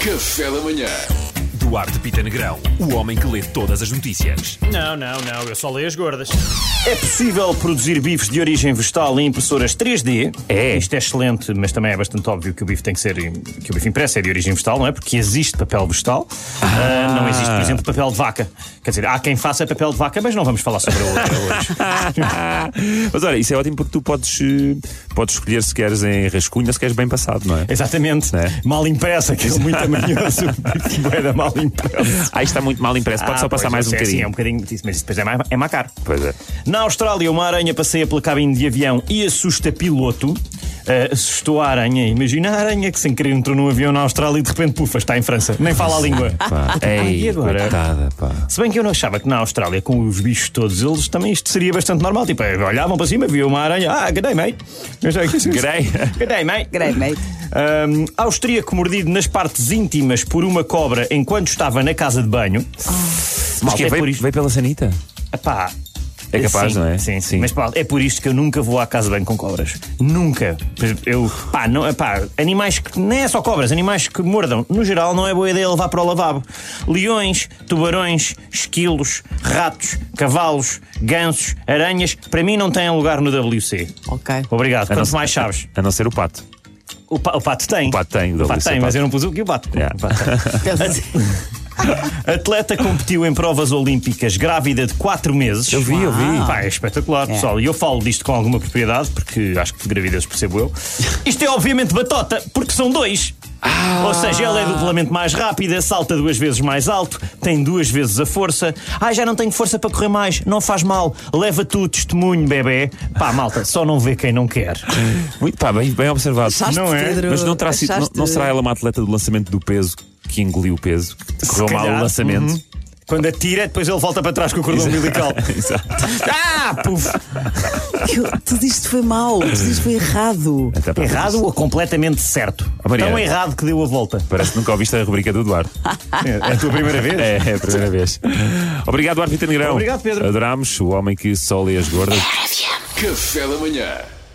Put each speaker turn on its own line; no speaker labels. Café da Manhã.
Duarte Pita Negrão, o homem que lê todas as notícias.
Não, não, não, eu só leio as gordas.
É possível produzir bifes de origem vegetal em impressoras 3D?
É.
Isto é excelente, mas também é bastante óbvio que o bife tem que ser. que o bife impresso é de origem vegetal, não é? Porque existe papel vegetal. Ah, não existe, por exemplo, papel de vaca. Quer dizer, há quem faça papel de vaca, mas não vamos falar sobre a outra hoje.
Mas olha, isso é ótimo porque tu podes, eh, podes escolher se queres em rascunho ou se queres bem passado, não é?
Exatamente.
É.
Mal impressa, que é muito amanhoso. Boeda mal impressa.
Ah, isto está muito mal impresso, pode só
Ah,
passar
pois,
mais um
isso é assim,
bocadinho.
é um bocadinho, mas isso depois é mais, é mais caro.
Pois é.
Na Austrália, uma aranha passeia pela cabine de avião e assusta piloto. Ah, assustou a aranha. Imagina a aranha que sem querer entrou num avião na Austrália e de repente, pufa, está em França. Nem fala a língua.
Pá.
Ai,
Ei,
e agora?
coitada, pá.
Se bem que eu não achava que na Austrália, com os bichos todos eles, também isto seria bastante normal. Tipo, eh, olhavam para cima, viam uma aranha. Ah, good day, mate. Good
G'day.
Good day, mate.
Grey mate.
Ahm, austríaco mordido nas partes íntimas por uma cobra enquanto estava na casa de banho.
Mas
Ah. Malta,
que
é por
veio,
isto.
veio pela Sanita?
Epá,
É capaz,
sim,
não é?
Sim,
Sim.
sim. Mas pá, é por isto que eu nunca vou à casa de banho com cobras. Nunca. Eu, pá, não, pá, animais que. Não é só cobras, animais que mordam. No geral, não é boa ideia levar para o lavabo. Leões, tubarões, esquilos, ratos, cavalos, gansos, aranhas, para mim não têm lugar no WC.
Ok.
Obrigado.
não
Quanto
ser-
mais chaves?
A não ser o pato.
O, pa- o pato tem. O
pato tem,
O pato
WC,
tem, mas
pato. É.
eu não pus o que o pato.
Yeah.
O pato tem. Atleta competiu em provas olímpicas grávida de 4 meses.
Eu vi, eu vi.
Pá, é espetacular, pessoal. E eu falo disto com alguma propriedade, porque acho que gravidez percebo eu. Isto é obviamente batota, porque são dois.
Ah.
Ou seja, ela é duplamente mais rápida, salta duas vezes mais alto, tem duas vezes a força. Ah, já não tenho força para correr mais, não faz mal. Leva tu o testemunho, bebê. Pá, malta, só não vê quem não quer.
Muito pá, bem, bem observado.
Achaste,
Não é?
Pedro,
Mas não, terá sido- não-
achaste-
não será ela uma atleta do lançamento do peso que engoliu o peso, que correu mal
calhar,
o lançamento?
uhum. Quando atira, depois ele volta para trás com o cordão umbilical.
Exato.
Ah, puf!
Eu- Tudo isto foi mau, tudo isto foi errado.
Até para-
Errado ou completamente certo?
Oh, Mariana.
Tão errado que deu a volta.
Parece que nunca ouviste a rubrica do Duarte.
É a tua primeira vez?
É, é a primeira vez. Obrigado, Duarte Negrão.
Obrigado, Pedro.
Adorámos o homem que só lê as gordas.
Café da Manhã.